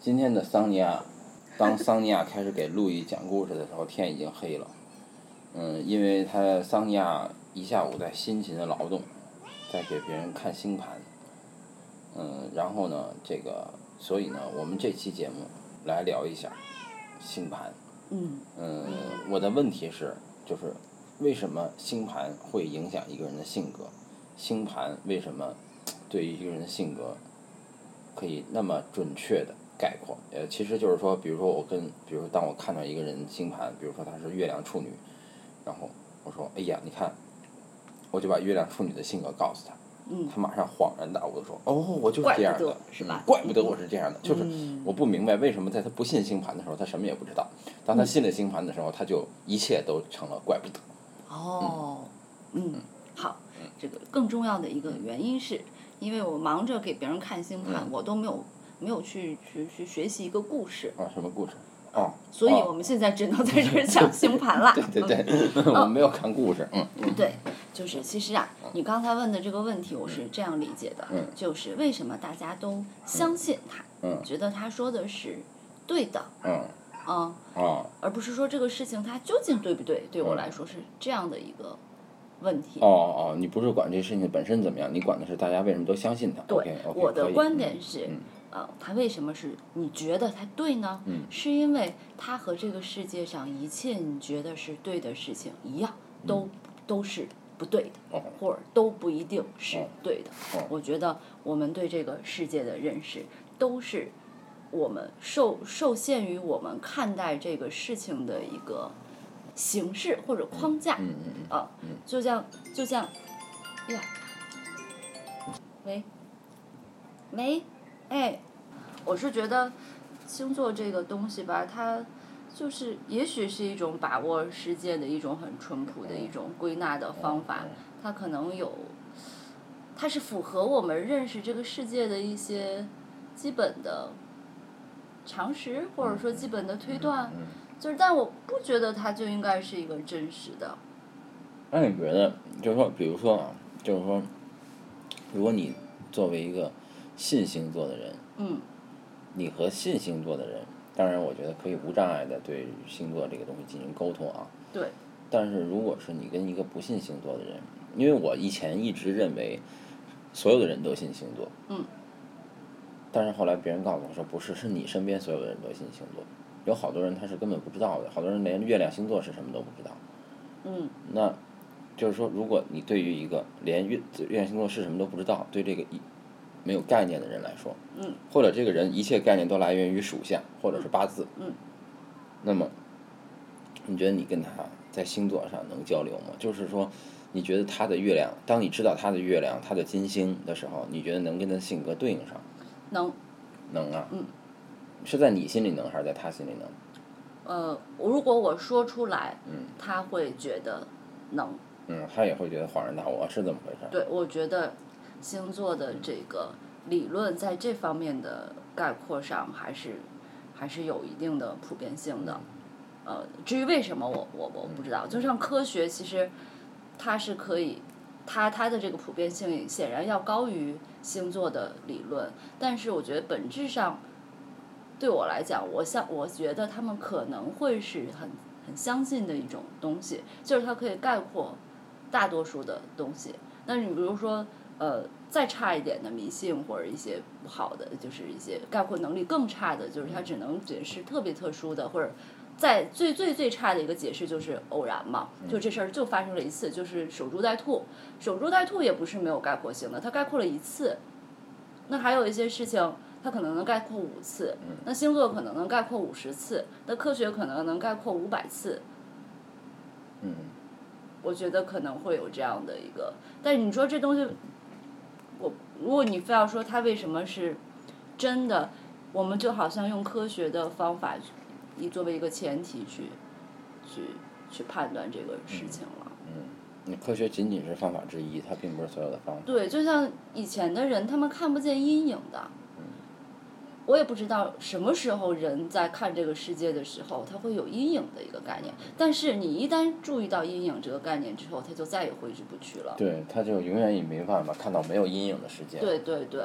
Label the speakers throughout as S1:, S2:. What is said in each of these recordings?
S1: 今天的桑尼亚，当桑尼亚开始给路易讲故事的时候，天已经黑了。嗯，因为他桑尼亚一下午在辛勤的劳动，在给别人看星盘。嗯，然后呢，这个，所以呢，我们这期节目来聊一下星盘。
S2: 嗯，
S1: 嗯，我的问题是，就是为什么星盘会影响一个人的性格？星盘为什么对于一个人的性格可以那么准确的概括？呃，其实就是说，比如说我跟，比如说当我看到一个人星盘，比如说他是月亮处女，然后我说，哎呀，你看，我就把月亮处女的性格告诉他，
S2: 嗯
S1: 他马上恍然大悟的说，哦，我就是
S2: 怪
S1: 这样
S2: 不
S1: 的
S2: 得，是吧嗯
S1: 嗯怪不得我是这样的，就是我不明白为什么在他不信星盘的时候，他什么也不知道；当
S2: 嗯
S1: 他信了星盘的时候，他就一切都成了怪不得。
S2: 哦，嗯，好，这个更重要的一个原因是，因为我忙着给别人看星
S1: 嗯
S2: 盘，我都没有没有去去去学习一个故事，
S1: 啊，什么故事？哦，
S2: 所以
S1: 哦
S2: 我们现在只能在这儿讲星盘啦。
S1: 对对对， 我没有看故事，嗯
S2: 对，就是其实啊，你刚才问的这个问题，我是这样理解的，
S1: 嗯
S2: 就是为什么大家都相信他，
S1: 嗯
S2: 觉得他说的是对的，
S1: 嗯
S2: 嗯，
S1: 啊
S2: 而不是说这个事情它究竟对不对，对我
S1: 嗯
S2: 来说是这样的一个问题。
S1: 哦哦，你不是管这事情本身怎么样，你管的是大家为什么都相信他。
S2: 对
S1: o k o k
S2: 我的观点是
S1: 嗯，
S2: 呃，它为什么是你觉得它对呢？
S1: 嗯
S2: 是因为它和这个世界上一切你觉得是对的事情一样，都都是不对的
S1: 嗯哦，
S2: 或者都不一定是
S1: 哦
S2: 对的
S1: 哦。
S2: 我觉得我们对这个世界的认识都是。我们受受限于我们看待这个事情的一个形式或者框架，
S1: 嗯嗯嗯，
S2: 啊，就像就像，哎呀，喂，喂，哎，我是觉得星座这个东西吧，它就是也许是一种把握世界的一种很淳朴的一种归纳的方法，
S1: 嗯
S2: 它可能有，它是符合我们认识这个世界的一些基本的常识，或者说基本的推断。
S1: 嗯
S2: 就是，但我不觉得它就应该是一个真实的。
S1: 那你觉得，就是说，比如说啊，就是说，如果你作为一个信星座的人，
S2: 嗯，
S1: 你和信星座的人，当然我觉得可以无障碍的对星座这个东西进行沟通啊。
S2: 对，
S1: 但是如果是你跟一个不信星座的人，因为我以前一直认为所有的人都信星座，
S2: 嗯，
S1: 但是后来别人告诉我说不是，是你身边所有的人都信星座，有好多人他是根本不知道的，好多人连月亮星座是什么都不知道。
S2: 嗯
S1: 那就是说，如果你对于一个连月月亮星座是什么都不知道，对这个一没有概念的人来说，
S2: 嗯，
S1: 或者这个人一切概念都来源于属相或者是八字，
S2: 嗯，
S1: 那么你觉得你跟他在星座上能交流吗？就是说，你觉得他的月亮，当你知道他的月亮、他的金星的时候，你觉得能跟他性格对应上？
S2: 能，
S1: 能啊，
S2: 嗯，
S1: 是在你心里能还是在他心里能？
S2: 呃，如果我说出来，他会觉得能。
S1: 嗯，他也会觉得恍然大悟，啊是这么回事儿。
S2: 对，我觉得星座的这个理论在这方面的概括上还是还是有一定的普遍性的。呃，至于为什么我我我不知道，就像科学其实它是可以。它它的这个普遍性显然要高于星座的理论，但是我觉得本质上，对我来讲，我像我觉得他们可能会是很很相近的一种东西，就是它可以概括大多数的东西。那你比如说，呃，再差一点的迷信或者一些不好的，就是一些概括能力更差的，就是它只能解释特别特殊的，或者在最最最差的一个解释就是偶然嘛，就这事儿就发生了一次，就是守株待兔。守株待兔也不是没有概括性的，它概括了一次。那还有一些事情，它可能能概括五次，那星座可能能概括五十次，那科学可能能概括五百次。
S1: 嗯，
S2: 我觉得可能会有这样的一个，但你说这东西，我如果你非要说它为什么是真的，我们就好像用科学的方法去，以作为一个前提去，去去判断这个事情了。
S1: 嗯科学仅仅是方法之一，它并不是所有的方法。
S2: 对，就像以前的人，他们看不见阴影的。我也不知道什么时候人在看这个世界的时候，他会有阴影的一个概念。但是你一旦注意到阴影这个概念之后，他就再也挥之不去了。
S1: 对，他就永远也没办法看到没有阴影的世界。
S2: 对对对，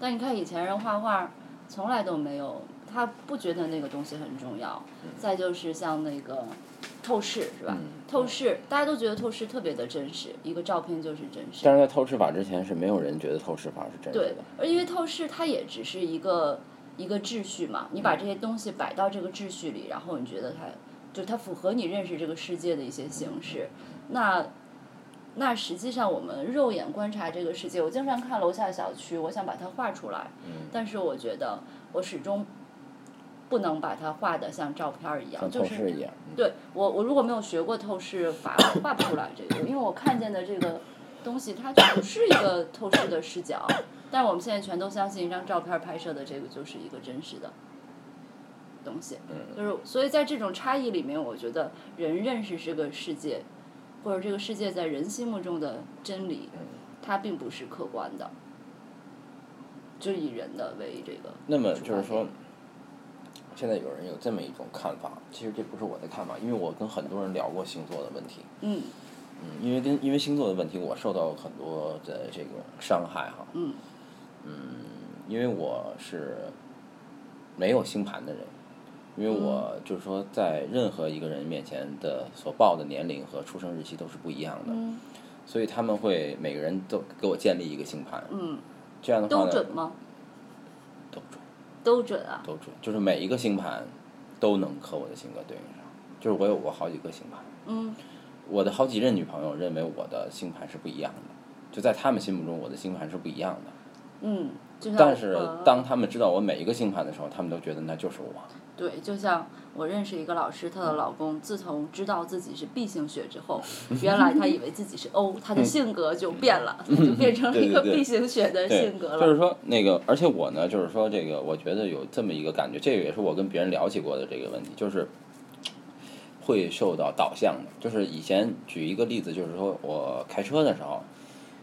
S2: 但你看以前人画画，从来都没有，他不觉得那个东西很重要。再就是像那个透视是吧？透视大家都觉得透视特别的真实，一个照片就是真实。
S1: 但是在透视法之前是没有人觉得透视法是真实
S2: 对
S1: 的。，
S2: 而因为透视它也只是一个一个秩序嘛，
S1: 嗯
S2: 你把这些东西摆到这个秩序里，然后你觉得它就它符合你认识这个世界的一些形式，
S1: 嗯
S2: 那。那实际上，我们肉眼观察这个世界，我经常看楼下小区，我想把它画出来，
S1: 嗯
S2: 但是我觉得我始终不能把它画的像照片儿一样，
S1: 像
S2: 就
S1: 透
S2: 是
S1: 视一样，
S2: 对我，我如果没有学过透视法，我画不出来这个，因为我看见的这个东西，它就不是一个透视的视角。但我们现在全都相信一张照片拍摄的这个就是一个真实的东西，
S1: 嗯
S2: 就是所以在这种差异里面，我觉得人认识这个世界，或者这个世界在人心目中的真理，
S1: 嗯
S2: 它并不是客观的，就以人的为这个。
S1: 那么就是说，，现在有人有这么一种看法，其实这不是我的看法，因为我跟很多人聊过星座的问题。
S2: 嗯
S1: 嗯，因为跟因为星座的问题，我受到很多的这个伤害哈。
S2: 嗯
S1: 因为我是没有星盘的人，因为我
S2: 嗯
S1: 就是说，在任何一个人面前的所报的年龄和出生日期都是不一样的，
S2: 嗯
S1: 所以他们会每个人都给我建立一个星盘，
S2: 嗯，
S1: 这样的话
S2: 都
S1: 呢，
S2: 准吗？
S1: 都准
S2: 都准啊。
S1: 都准，就是每一个星盘都能和我的性格对应上，就是我有过好几个星盘，
S2: 嗯
S1: 我的好几任女朋友认为我的星盘是不一样的，就在他们心目中我的星盘是不一样的，
S2: 嗯，就像
S1: 但是
S2: 呃
S1: 当他们知道我每一个星盘的时候，他们都觉得那就是我。
S2: 对，就像我认识一个老师，她的老公自从知道自己是 B 型血之 后，原来他以为自己是 O，他的性格就变了，他就变成了一个
S1: 嗯对对对
S2: B 型血的
S1: 对，
S2: 性格
S1: 就
S2: 了。
S1: 是说那个，而且我呢，就是说这个，我觉得有这么一个感觉，这个也是我跟别人聊起过的这个问题，就是会受到导向的。就是以前举一个例子，就是说我开车的时候，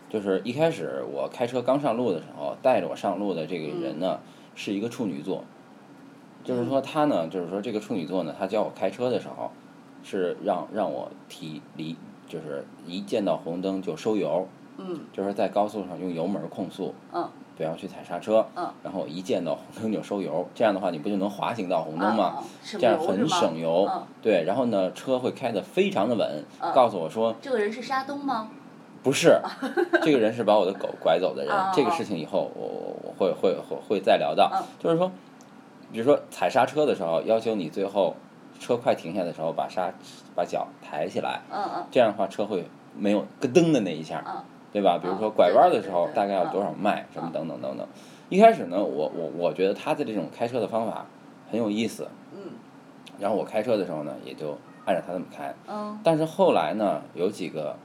S1: 就是一开始我开车刚上路的时候，带着我上路的这个
S2: 嗯
S1: 人呢，是一个处女座。就是说他呢，就是说这个处女座呢，他教我开车的时候，是让让我提离，就是一见到红灯就收油，
S2: 嗯
S1: 就是在高速上用油门控速，
S2: 嗯，
S1: 不要去踩刹车，
S2: 嗯，
S1: 然后一见到红灯就收油， 这样的话你不就能滑行到红灯吗？
S2: 啊，省
S1: 这样
S2: 油是
S1: 很
S2: 吗？
S1: 省油，
S2: 嗯
S1: 对。然后呢，车会开得非常的稳，告诉我说
S2: 这个人是沙东吗？
S1: 不 是，这个人是把我的狗拐走的人。
S2: 啊
S1: 这个事情以后我我我会会会会再聊到，
S2: 嗯
S1: 就是说，比如说踩刹车的时候，要求你最后车快停下的时候把刹把脚抬起来，
S2: 嗯嗯
S1: 这样的话车会没有咯噔的那一下，
S2: 嗯
S1: 啊对啊吧？比如说拐弯的时候大概要多少迈，什么等等等等。一开始呢，我我我觉得他的这种开车的方法很有意思，
S2: 嗯
S1: 然后我开车的时候呢，也就按照他那么开。
S2: 嗯，
S1: 但是后来呢，有几个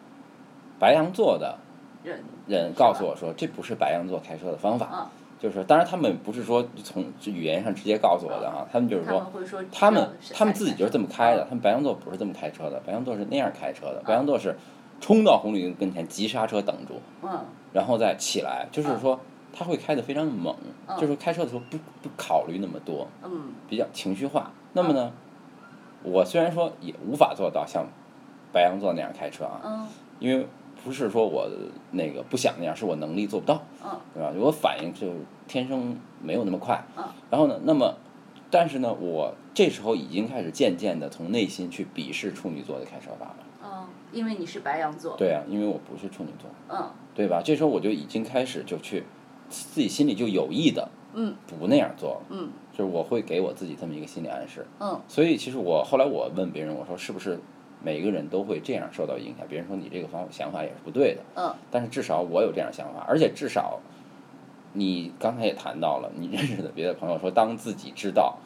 S1: 白羊座的
S2: 人
S1: 人告诉我说，这不是白羊座开车的方法
S2: 嗯，
S1: 就是当然他们不是说从语言上直接告诉我的哈，他们就是
S2: 他
S1: 说
S2: 们会说
S1: 他们
S2: 这个
S1: 他们自己就是这么开的，他们啊白羊座不是这么开车的，白羊座是那样开车的，白羊座是冲到红绿灯跟前急刹车等住，
S2: 嗯
S1: 然后再起来，就是说他会开得非常猛，就是开车的时候不不考虑那么多，
S2: 嗯
S1: 比较情绪化。那么呢，我虽然说也无法做到像白羊座那样开车啊，
S2: 嗯
S1: 因为不是说我那个不想那样，是我能力做不到，
S2: 嗯
S1: 对吧？我反应就天生没有那么快
S2: 嗯。
S1: 然后呢，那么但是呢，我这时候已经开始渐渐的从内心去鄙视处女座的开车法了。
S2: 嗯，因为你是白羊座，
S1: 对啊，因为我不是处女座，
S2: 嗯
S1: 对吧？这时候我就已经开始就去自己心里就有意的
S2: 嗯
S1: 不那样做了，
S2: 嗯
S1: 就是我会给我自己这么一个心理暗示。
S2: 嗯
S1: 所以其实我后来我问别人，我说是不是每个人都会这样受到影响？别人说你这个方想法也是不对的，
S2: 嗯
S1: 但是至少我有这样想法，而且至少你刚才也谈到了，你认识的别的朋友说，当自己知道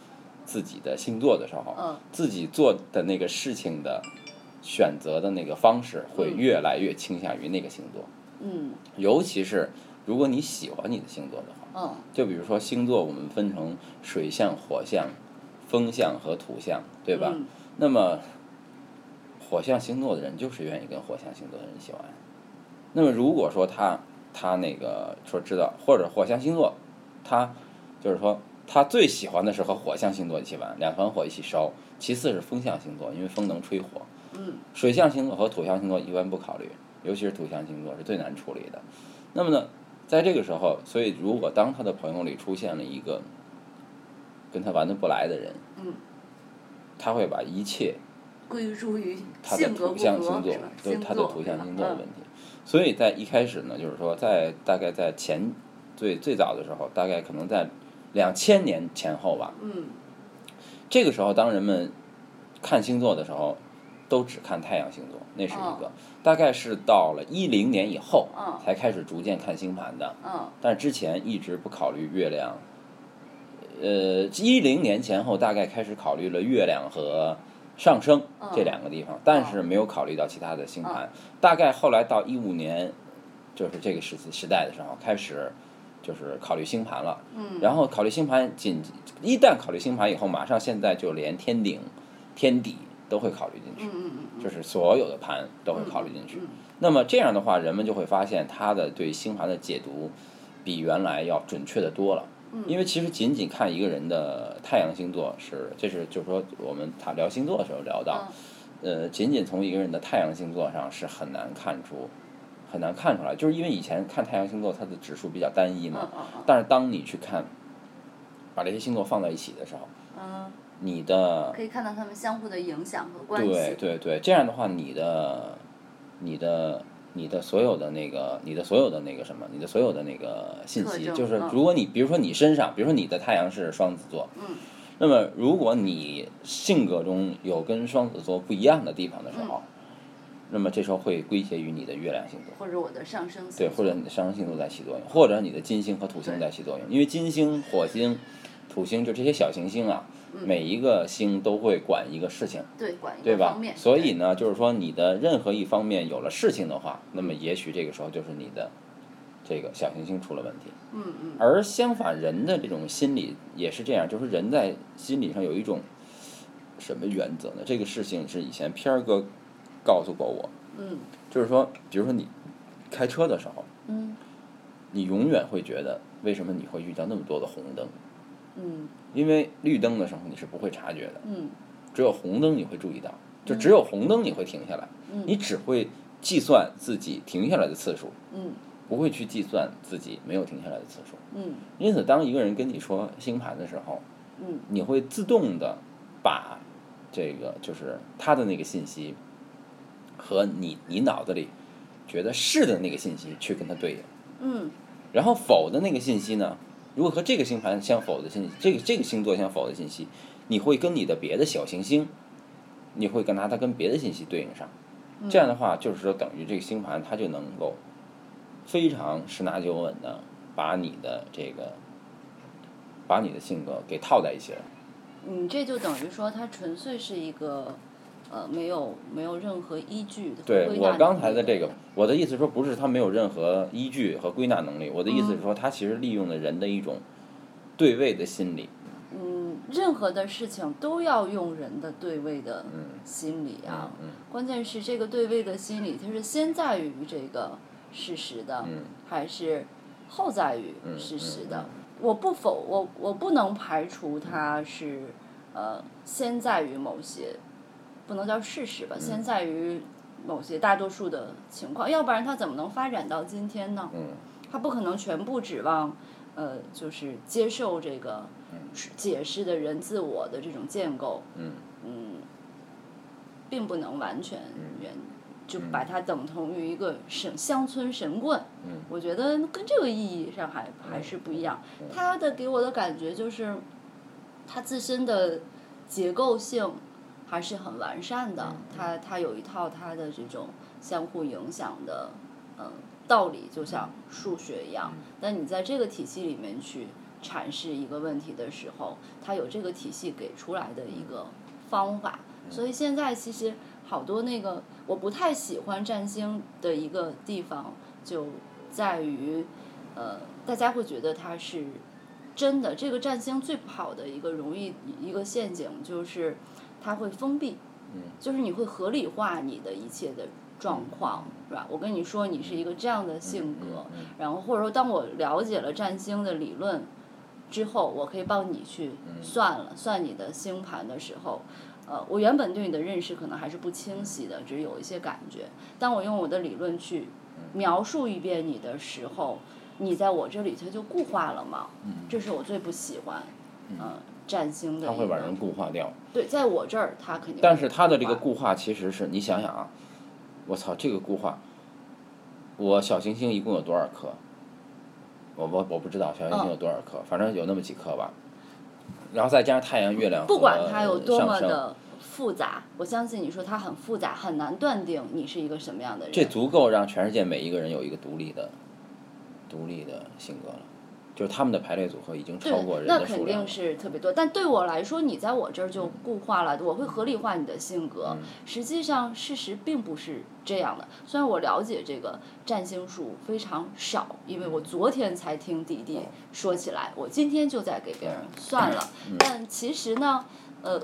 S1: 自己的星座的时候，
S2: 嗯
S1: 自己做的那个事情的选择的那个方式会越来越倾向于那个星座，
S2: 嗯
S1: 尤其是如果你喜欢你的星座的话。
S2: 嗯
S1: 就比如说星座，我们分成水象、火象、风象和土象，对吧？
S2: 嗯
S1: 那么火象星座的人就是愿意跟火象星座的人一起玩。那么如果说他他那个说知道，或者火象星座，他就是说他最喜欢的是和火象星座一起玩，两团火一起烧。其次是风象星座，因为风能吹火。
S2: 嗯
S1: 水象星座和土象星座一般不考虑，尤其是土象星座是最难处理的。那么呢，在这个时候，所以如果当他的朋友里出现了一个跟他玩得不来的人，
S2: 嗯
S1: 他会把一切
S2: 归诸于
S1: 他的
S2: 性格
S1: 图
S2: 不
S1: 像
S2: 合
S1: 星座
S2: 是吧？
S1: 都是
S2: 星
S1: 他的
S2: 座
S1: 图像星
S2: 是
S1: 座
S2: 吧嗯
S1: 的问题。所以在一开始呢，就是说在大概在前最最早的时候，大概可能在两千年前后吧，
S2: 嗯
S1: 这个时候，当人们看星座的时候，都只看太阳星座，那是一个。大概是到了一零年以后，
S2: 嗯
S1: 才开始逐渐看星盘的。
S2: 嗯
S1: 但之前一直不考虑月亮。呃，一零年前后大概开始考虑了月亮和上升
S2: 嗯
S1: 这两个地方，但是没有考虑到其他的星盘。大概后来到一五年，就是这个时期时代的时候，开始就是考虑星盘了。
S2: 嗯
S1: 然后考虑星盘仅，一旦考虑星盘以后，马上现在就连天顶、天底都会考虑进去，
S2: 嗯嗯嗯，
S1: 就是所有的盘都会考虑进去。那么这样的话，人们就会发现他的对星盘的解读比原来要准确的多了。
S2: 嗯
S1: 因为其实仅仅看一个人的太阳星座是，这是就是说我们谈聊星座的时候聊到，
S2: 嗯
S1: 呃，仅仅从一个人的太阳星座上是很难看出，很难看出来，就是因为以前看太阳星座它的指数比较单一嘛，
S2: 嗯嗯
S1: 但是当你去看，把这些星座放在一起的时候，
S2: 嗯，
S1: 你的
S2: 可以看到他们相互的影响和关系。
S1: 对对对，这样的话，你的你的你的所有的那个，你的所有的那个什么，你的所有的那个信
S2: 特
S1: 息，
S2: 征
S1: 就是
S2: 嗯
S1: 如果你比如说你身上，比如说你的太阳是双子座，
S2: 嗯，
S1: 那么如果你性格中有跟双子座不一样的地方的时
S2: 嗯
S1: 候，那么这时候会归结于你的月亮星座。
S2: 或者我的上升星
S1: 对，
S2: 座
S1: 或者你的上升星座在起作用，或者你的金星和土星在起作用，因为金星、火星、土星就这些小行星啊，
S2: 嗯
S1: 每一个星都会管一个事情，
S2: 对管一
S1: 对
S2: 个
S1: 吧
S2: 方面，？
S1: 所以呢，就是说你的任何一方面有了事情的话，那么也许这个时候就是你的这个小行星出了问题。
S2: 嗯嗯
S1: 而相反，人的这种心理也是这样，就是人在心理上有一种什么原则呢？这个事情是以前片儿哥告诉过我，
S2: 嗯
S1: 就是说，比如说你开车的时候。
S2: 嗯
S1: 你永远会觉得为什么你会遇到那么多的红灯，
S2: 嗯
S1: 因为绿灯的时候你是不会察觉的，
S2: 嗯
S1: 只有红灯你会注意到，就只有红灯你会停下来，
S2: 嗯
S1: 你只会计算自己停下来的次数，
S2: 嗯
S1: 不会去计算自己没有停下来的次数。
S2: 嗯
S1: 因此，当一个人跟你说星盘的时候，
S2: 嗯
S1: 你会自动的把这个就是他的那个信息和你你脑子里觉得是的那个信息去跟他对应。
S2: 嗯
S1: 然后否的那个信息呢，如果和这个星盘相否的信息，这个这个星座相否的信息，你会跟你的别的小行星，你会跟拿它跟别的信息对应上。
S2: 嗯
S1: 这样的话，就是说等于这个星盘它就能够非常十拿九稳的把你的这个把你的性格给套在一起了。
S2: 嗯，这就等于说它纯粹是一个。呃，没有没有任何依据的
S1: 对
S2: 归纳
S1: 我
S2: 能
S1: 刚才
S2: 力
S1: 的这个，我的意思说不是他没有任何依据和归纳能力，我的意思
S2: 嗯
S1: 是说他其实利用了人的一种对位的心理。
S2: 嗯，任何的事情都要用人的对位的心理啊。
S1: 嗯
S2: 关键是这个对位的心理，它是先在于这个事实的，还是后在于事实的？我不否，我我不能排除它是呃先在于某些，不能叫事实吧，先在于某些大多数的情况，要不然它怎么能发展到今天呢？
S1: 嗯
S2: 他不可能全部指望，呃，就是接受这个解释的人自我的这种建构，
S1: 嗯
S2: 嗯，并不能完全原就把它等同于一个神乡村神棍，
S1: 嗯
S2: 我觉得跟这个意义上还还是不一样。他的给我的感觉就是，他自身的结构性还是很完善的，他他有一套他的这种相互影响的，嗯，道理就像数学一样。但你在这个体系里面去阐释一个问题的时候，它有这个体系给出来的一个方法。所以现在其实好多那个我不太喜欢占星的一个地方，就在于，呃，大家会觉得它是真的。这个占星最不好的一个容易一个陷阱就是，它会封闭，就是你会合理化你的一切的状况，是吧？我跟你说，你是一个这样的性
S1: 嗯
S2: 格，然后或者说，当我了解了占星的理论之后，我可以帮你去
S1: 嗯
S2: 算了、算你的星盘的时候。呃，我原本对你的认识可能还是不清晰的，只是有一些感觉。当我用我的理论去
S1: 嗯
S2: 描述一遍你的时候，你在我这里它就固化了嘛。这是我最不喜欢，嗯、占星的
S1: 它会
S2: 一
S1: 把
S2: 个
S1: 人固化掉。
S2: 对，在我这儿他肯定，
S1: 但是它的这个固化其实是你想想啊，我操，这个固化，我小行星一共有多少颗？我我我不知道小行
S2: 嗯
S1: 星有多少颗，反正有那么几颗吧。然后再加上太阳、月亮
S2: 不管
S1: 和
S2: 它有多
S1: 上
S2: 么
S1: 升
S2: 的复杂，我相信你说它很复杂，很难断定你是一个什么样的人。
S1: 这足够让全世界每一个人有一个独立的、独立的性格了。就是他们的排列组合已经超过人
S2: 对，那
S1: 的数
S2: 肯
S1: 量了
S2: 定。是特别多。但对我来说，你在我这儿就固化了，我会合理化你的性格。
S1: 嗯
S2: 实际上，事实并不是这样的。虽然我了解这个占星术非常少，因为
S1: 嗯
S2: 我昨天才听迪迪说起来，我今天就在给别人算了。
S1: 嗯
S2: 但其实呢，呃，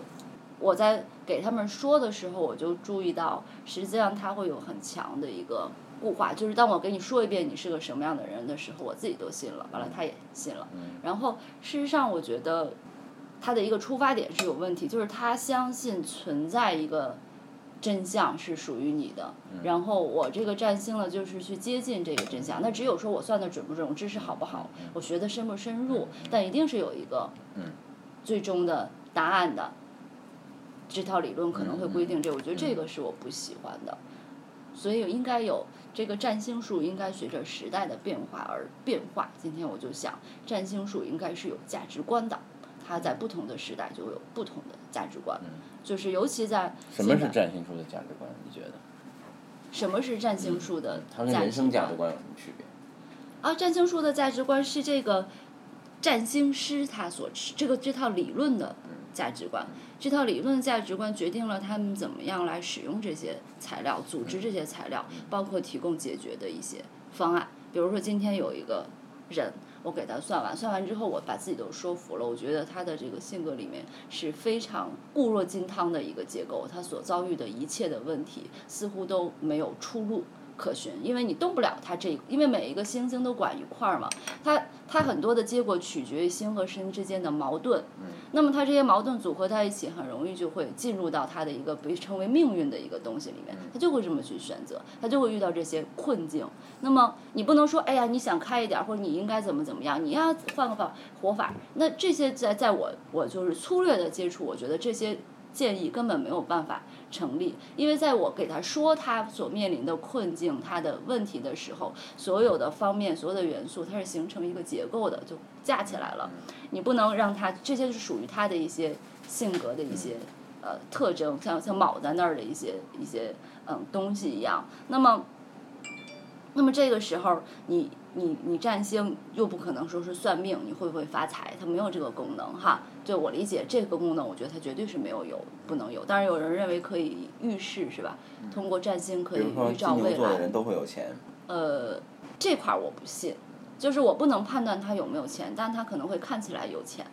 S2: 我在给他们说的时候，我就注意到，实际上它会有很强的一个固化，就是当我给你说一遍你是个什么样的人的时候，我自己都信了，完了他也信了。然后事实上，我觉得他的一个出发点是有问题，就是他相信存在一个真相是属于你的，然后我这个占星呢，就是去接近这个真相。那只有说我算的准不准，我知识好不好，我学的深不深入，但一定是有一个最终的答案的。这套理论可能会规定这，我觉得这个是我不喜欢的，所以应该有这个占星术应该随着时代的变化而变化。今天我就想，占星术应该是有价值观的，它在不同的时代就有不同的价值观，就是尤其在
S1: 嗯什么
S2: 现
S1: 是
S2: 在
S1: 占星术的价值观？你觉得
S2: 什么是占星术的
S1: 嗯它跟人生价值
S2: 观
S1: 观有什么区别？
S2: 啊？占星术的价值观是这个占星师他所持这个这套理论的价值观，这套理论价值观决定了他们怎么样来使用这些材料，组织这些材料，包括提供解决的一些方案。比如说今天有一个人，我给他算完，算完之后我把自己都说服了，我觉得他的这个性格里面是非常固若金汤的一个结构，他所遭遇的一切的问题似乎都没有出路。可循，因为你动不了他这，因为每一个星星都管一块儿嘛，它它很多的结果取决于星和星之间的矛盾，那么它这些矛盾组合在一起，很容易就会进入到它的一个被称为命运的一个东西里面，它就会这么去选择，它就会遇到这些困境。那么你不能说，哎呀，你想开一点儿，或者你应该怎么怎么样，你要换个法活法。那这些在在我我就是粗略的接触，我觉得这些建议根本没有办法成立，因为在我给他说他所面临的困境、他的问题的时候，所有的方面、所有的元素，它是形成一个结构的，就架起来
S1: 嗯
S2: 了。你不能让他，这些是属于他的一些性格的一些呃特征，像像卯在那儿的一些一些嗯东西一样。那么，那么这个时候你你你占星又不可能说是算命，你会不会发财？它没有这个功能哈。对我理解这个功能，我觉得它绝对是没有有不能有。当然有人认为可以预示是吧？通过占星可以
S1: 比如说
S2: 预
S1: 金
S2: 兆
S1: 牛
S2: 未
S1: 座的
S2: 来。
S1: 人都会有钱，
S2: 呃，这块儿我不信，就是我不能判断他有没有钱，但他可能会看起来有钱，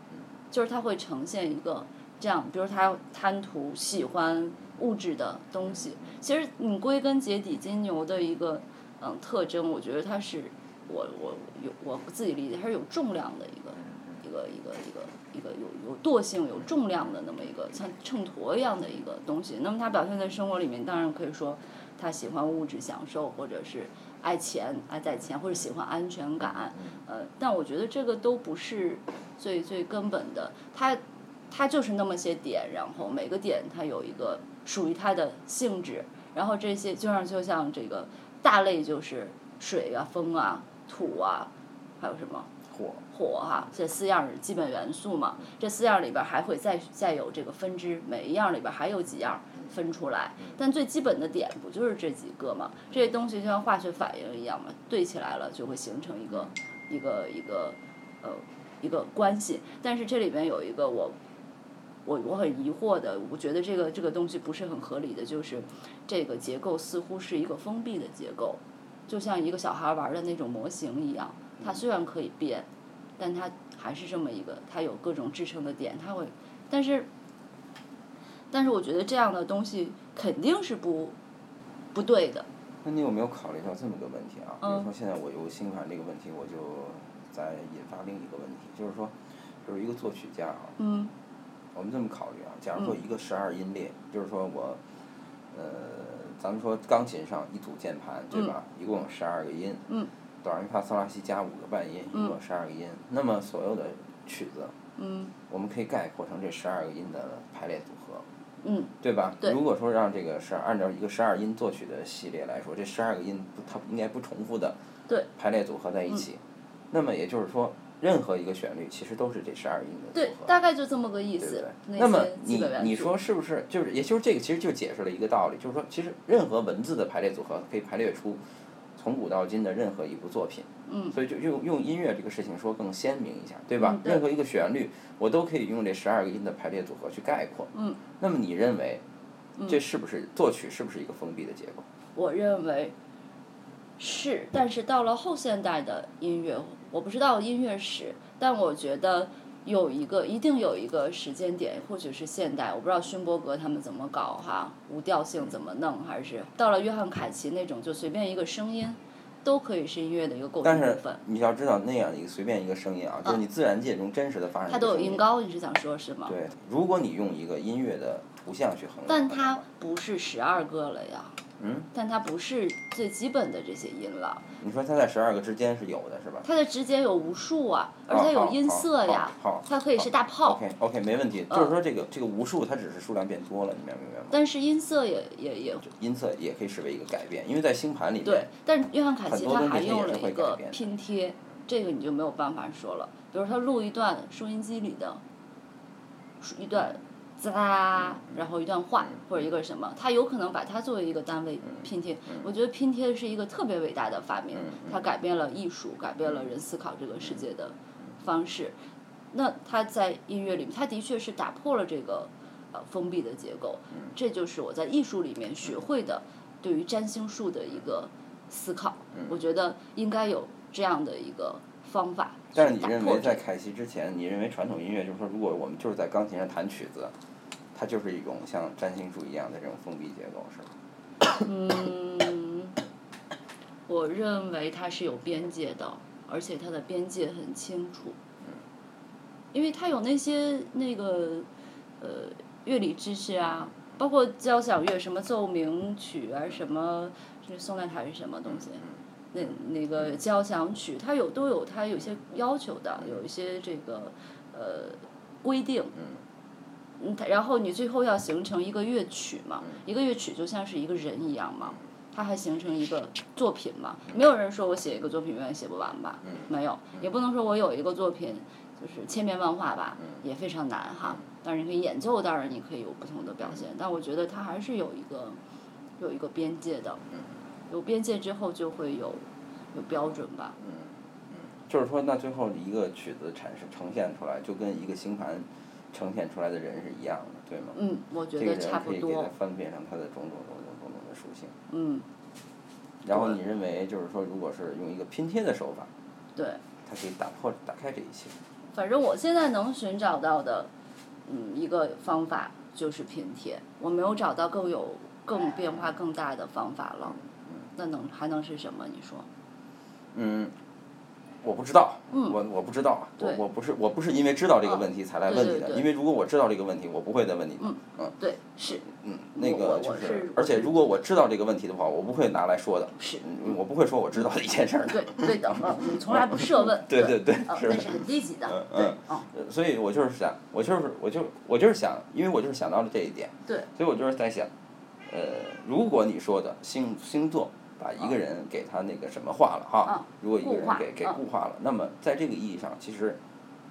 S2: 就是他会呈现一个这样，比如他贪图喜欢物质的东西。其实你归根结底，金牛的一个嗯特征，我觉得它是我我有我自己理解，它是有重量的一
S1: 嗯
S2: 个一个一个一个一个有有惰性、有重量的那么一个像秤砣一样的一个东西。那么它表现在生活里面，当然可以说他喜欢物质享受，或者是爱钱、爱在钱，或者喜欢安全感。呃，但我觉得这个都不是最最根本的，它它就是那么些点，然后每个点它有一个属于它的性质，然后这些就像就像这个大类就是水啊、风啊、土啊，还有什么？
S1: 火
S2: 火哈、这四样儿基本元素嘛，这四样儿里边儿还会再再有这个分支，每一样儿里边儿还有几样儿分出来，但最基本的点不就是这几个嘛？这些东西就像化学反应一样嘛，对起来了就会形成一个一个一个呃一个关系。但是这里边有一个我我我很疑惑的，我觉得这个这个东西不是很合理的，就是这个结构似乎是一个封闭的结构，就像一个小孩儿玩儿的那种模型一样，它虽然可以变。但它还是这么一个，它有各种支撑的点，它会，但是，但是我觉得这样的东西肯定是不不对的，
S1: 那你有没有考虑到这么个问题啊？比
S2: 嗯
S1: 如说现在我有星盘这个问题，我就再引发另一个问题，就是说，就是一个作曲家啊，
S2: 嗯
S1: 我们这么考虑啊，假如说一个十二音列，就是说我，呃，咱们说钢琴上一组键盘对吧？一共有十二个音，
S2: 嗯
S1: 哆来咪发嗦拉西加五个半音，一共有十二个音。那么所有的曲子，
S2: 嗯
S1: 我们可以概括成这十二个音的排列组合，
S2: 嗯
S1: 对吧？
S2: 对
S1: 如果说让这个是按照一个十二音作曲的系列来说，这十二个音不它应该不重复的
S2: 对嗯
S1: 排列组合在一起，那么也就是说，任何一个旋律其实都是这十二音的
S2: 对
S1: 组，合。
S2: 大概就这么个意
S1: 对不
S2: 思。
S1: 对？那么
S2: 些基
S1: 你
S2: 本元
S1: 你
S2: 素
S1: 说是不是就是也就是这个其实就解释了一个道理，就是说其实任何文字的排列组合可以排列出从古到今的任何一部作品，
S2: 嗯
S1: 所以就用用音乐这个事情说更鲜明一下，对吧？
S2: 嗯对
S1: 任何一个旋律我都可以用这十二个音的排列组合去概括。
S2: 嗯
S1: 那么你认为
S2: 嗯
S1: 这是不是作曲是不是一个封闭的结构？
S2: 我认为是，但是到了后现代的音乐，我不知道音乐史，但我觉得有一个一定有一个时间点，或许是现代，我不知道勋伯格他们怎么搞哈，无调性怎么弄，还是到了约翰凯奇那种，就随便一个声音都可以是音乐的一个构成
S1: 但是
S2: 部分。
S1: 你要知道那样一个随便一个声音啊，就是你自然界中真实的发生的
S2: 它都有
S1: 声
S2: 音高，你是想说是吗？
S1: 对，如果你用一个音乐的图像去衡量，
S2: 但它不是十二个了呀，
S1: 嗯，
S2: 但它不是最基本的这些音了。
S1: 你说它在十二个之间是有的，是吧？
S2: 它的指尖有无数啊，而
S1: 哦
S2: 且它有
S1: 好
S2: 音
S1: 好
S2: 色呀
S1: 好好，
S2: 它可以是大炮，嗯
S1: OK OK，没问题。就是说这个这个无数它只是数量变多了，你明白明白吗？
S2: 但是音色也也也
S1: 音色也可以视为一个改变，因为在星盘里
S2: 对
S1: 面，。
S2: 但是约翰凯
S1: 很
S2: 奇
S1: 多
S2: 他
S1: 东西
S2: 还
S1: 它也
S2: 用
S1: 是
S2: 了
S1: 会
S2: 一
S1: 改
S2: 个
S1: 变的
S2: 拼贴，这个你就没有办法说了。比如他录一段收音机里的，一段滋啦，
S1: 嗯
S2: 然后一段话或者一个什么，他有可能把它作为一个单位拼贴。我觉得拼贴是一个特别伟大的发明
S1: 嗯，嗯
S2: 它改变了艺术，改变了人思考这个世界的方式。那他在音乐里面，他的确是打破了这个呃封闭的结构，这就是我在艺术里面学会的对于占星术的一个思考。
S1: 嗯
S2: 我觉得应该有这样的一个方法去打
S1: 但
S2: 破
S1: 是
S2: 这
S1: 你
S2: 个。
S1: 认为在凯西之前，你认为传统音乐就是说，如果我们就是在钢琴上弹曲子，它就是一种像占星术一样的这种封闭结构，是吧？
S2: 嗯，我认为它是有边界的，而且它的边界很清楚。
S1: 嗯
S2: 因为它有那些那个呃乐理知识啊，包括交响乐什么奏鸣曲啊，什么这宋代塔是什么东西。那那个交响曲，它有都有它有一些要求的，有一些这个呃规定。
S1: 嗯
S2: 嗯，它然后你最后要形成一个乐曲嘛，一个乐曲就像是一个人一样嘛，它还形成一个作品嘛。没有人说我写一个作品永远写不完
S1: 嗯
S2: 吧，没有，也不能说我有一个作品就是千变万化吧，
S1: 嗯
S2: 也非常难哈。当然你可以演奏，当然你可以有不同的表现，
S1: 嗯
S2: 但我觉得它还是有一个有一个边界的，
S1: 嗯
S2: 有边界之后就会有有标准吧。
S1: 嗯就是说，那最后一个曲子产生呈现出来，就跟一个星盘呈现出来的人是一样的，对吗？
S2: 嗯，我觉
S1: 这个
S2: 得差
S1: 人
S2: 不
S1: 可以给它
S2: 多。
S1: 分辨上它的种种种种种种的属性。
S2: 嗯，
S1: 然后
S2: 对
S1: 你认为就是说，如果是用一个拼贴的手法，
S2: 对，
S1: 它可以打破打开这一切。
S2: 反正我现在能寻找到的，嗯，一个方法就是拼贴。我没有找到更有更变化更大的方法了。那能还能是什么？你说？
S1: 嗯，我不知道，
S2: 嗯
S1: 我我不知道，啊我
S2: 对哦
S1: 我不是我不是因为知道这个问题才来问你
S2: 对
S1: 的，
S2: 对对
S1: 因为如果我知道这个问题，我不会再问你的。
S2: 嗯
S1: 嗯
S2: 对，是
S1: 嗯，那
S2: 我
S1: 个
S2: 我
S1: 就
S2: 我是
S1: 而且如果我知道这个问题的话，我不会拿来说的，
S2: 是，
S1: 嗯我不会说我知道的一件事儿的。
S2: 对对的，嗯，你从来不设问。
S1: 对
S2: 对
S1: 对对
S2: 嗯，
S1: 是
S2: 那
S1: 的
S2: 是很低级的。
S1: 嗯
S2: 对
S1: 嗯，
S2: 嗯，
S1: 呃所以我就是想，我就是我就我就是想，因为我就是想到了这一点，
S2: 对，
S1: 所以我就是在想，呃，如果你说的星星座把一个人给他那个什么化了哈
S2: 嗯，
S1: 如果一个人
S2: 固化
S1: 给给
S2: 嗯
S1: 固化了，那么在这个意义上，其实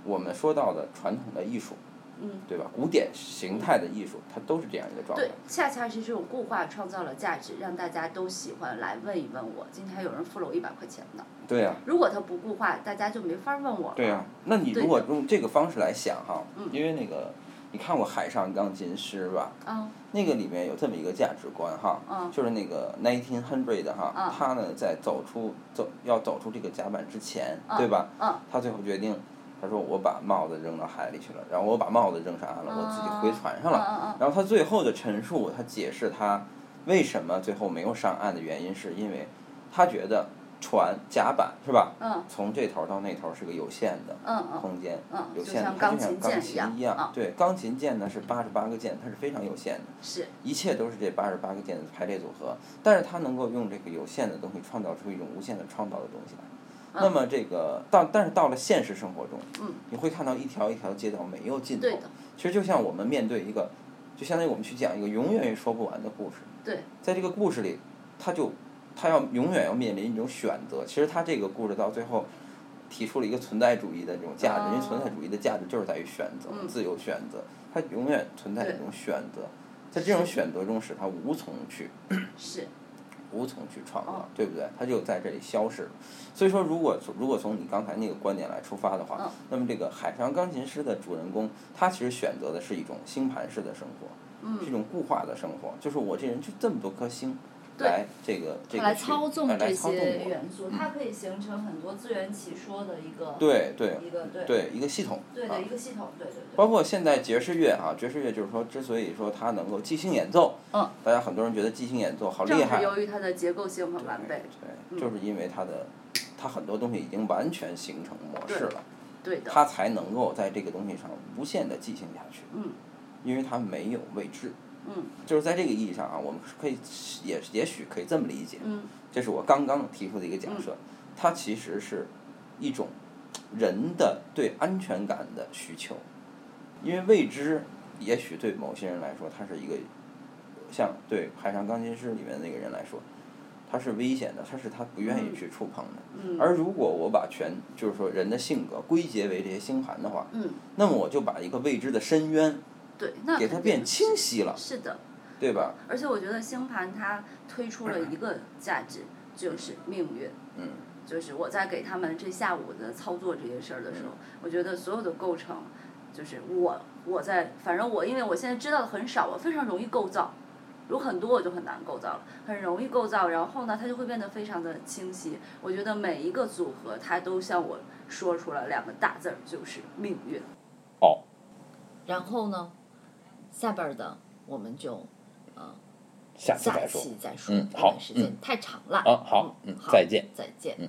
S1: 我们说到的传统的艺术，
S2: 嗯，
S1: 对吧？古典形态的艺术，它都是这样一个状态
S2: 对。，恰恰是这种固化创造了价值，让大家都喜欢来问一问我。今天还有人付了我一百块钱呢，
S1: 对呀、
S2: 如果它不固化，大家就没法问我了。
S1: 对呀、那你
S2: 对
S1: 如果用这个方式来想哈
S2: 嗯，
S1: 因为那个你看过《海上钢琴师》吧？
S2: 嗯
S1: 那个里面有这么一个价值观哈，
S2: 嗯
S1: 就是那个 nineteen hundred 哈，
S2: 嗯
S1: 他呢在走出走要走出这个甲板之前，
S2: 嗯
S1: 对吧？
S2: 嗯
S1: 他最后决定，他说我把帽子扔到海里去了，然后我把帽子扔上岸了，我自己回船上了。
S2: 嗯嗯嗯嗯
S1: 然后他最后的陈述，他解释他为什么最后没有上岸的原因，是因为他觉得船甲板是吧，
S2: 嗯
S1: 从这头到那头是个有限的
S2: 嗯嗯
S1: 空间。
S2: 嗯，
S1: 有
S2: 就
S1: 限的
S2: 像，
S1: 它
S2: 钢
S1: 就像
S2: 琴
S1: 钢
S2: 键一
S1: 琴
S2: 样，
S1: 一样，
S2: 啊，
S1: 对，钢琴键呢是八十八个键，它是非常有限的。
S2: 是嗯
S1: 一切都是这八十八个键的排列组合，但是它能够用这个有限的东西创造出一种无限的创造的东西来。
S2: 嗯
S1: 那么这个到，但是到了现实生活中，你会看到一条一条街道没有尽头
S2: 对的。
S1: 其实就像我们面对一个，就相当于我们去讲一个永远也说不完的故事。
S2: 对。
S1: 在这个故事里，他就他要永远要面临一种选择。其实他这个故事到最后提出了一个存在主义的这种价值，因为存在
S2: 哦
S1: 主义的价值就是在于选择，
S2: 嗯
S1: 自由选择，它永远存在一种选择。在这种选择中，使他无从去
S2: 是，
S1: 无从去创造
S2: 哦，
S1: 对不对？它就在这里消失了。所以说，如果从如果从你刚才那个观点来出发的话，
S2: 嗯
S1: 那么这个海上钢琴师的主人公，他其实选择的是一种星盘式的生活，
S2: 嗯
S1: 是一种固化的生活，就是我这人就这么多颗星，
S2: 对
S1: 来这个这个
S2: 来
S1: 去
S2: 操纵
S1: 哎来
S2: 这
S1: 操纵
S2: 些
S1: 我嗯
S2: 元素，它可以形成很多自圆其说的一个
S1: 对对
S2: 一个对
S1: 对一个系统
S2: 对
S1: 啊
S2: 的一。个系统，对对对。
S1: 包括现在爵士乐啊，爵士乐就是说，之所以说它能够即兴演奏，
S2: 嗯
S1: 大家很多人觉得即兴演奏好
S2: 正
S1: 厉害啊
S2: 是，由于它的结构性很完备，嗯
S1: 对，就是因为它的，它很多东西已经完全形成模式了，
S2: 对的，
S1: 它才能够在这个东西上无限的进行下去。
S2: 嗯。
S1: 因为它没有未知。
S2: 嗯。
S1: 就是在这个意义上啊，我们是可以也也许可以这么理解，
S2: 嗯
S1: 这是我刚刚提出的一个假设，它其实是一种人的对安全感的需求，因为未知，也许对某些人来说，它是一个像对《海上钢琴师》里面那个人来说，它是危险的，它是他不愿意去触碰的。
S2: 嗯
S1: 而如果我把全就是说人的性格归结为这些星盘的话，
S2: 嗯，
S1: 那么我就把一个未知的深渊
S2: 对，那
S1: 给它
S2: 肯定
S1: 变清晰了，
S2: 是的，
S1: 对吧？
S2: 而且我觉得星盘它推出了一个价值，就是命运。
S1: 嗯。
S2: 就是我在给他们这下午的操作这些事儿的时候，我觉得所有的构成，就是我我在反正我因为我现在知道的很少，我非常容易构造，有很多我就很难构造了，很容易构造，然后呢，它就会变得非常的清晰。我觉得每一个组合，它都向我说出了两个大字儿，就是命运。
S1: 哦。
S2: 然后呢，下边儿的我们就
S1: 下
S2: 下期再说，
S1: 嗯
S2: 因为
S1: 好
S2: 时间
S1: 嗯
S2: 太长了。
S1: 啊好嗯
S2: 好
S1: 再见，
S2: 再见。
S1: 嗯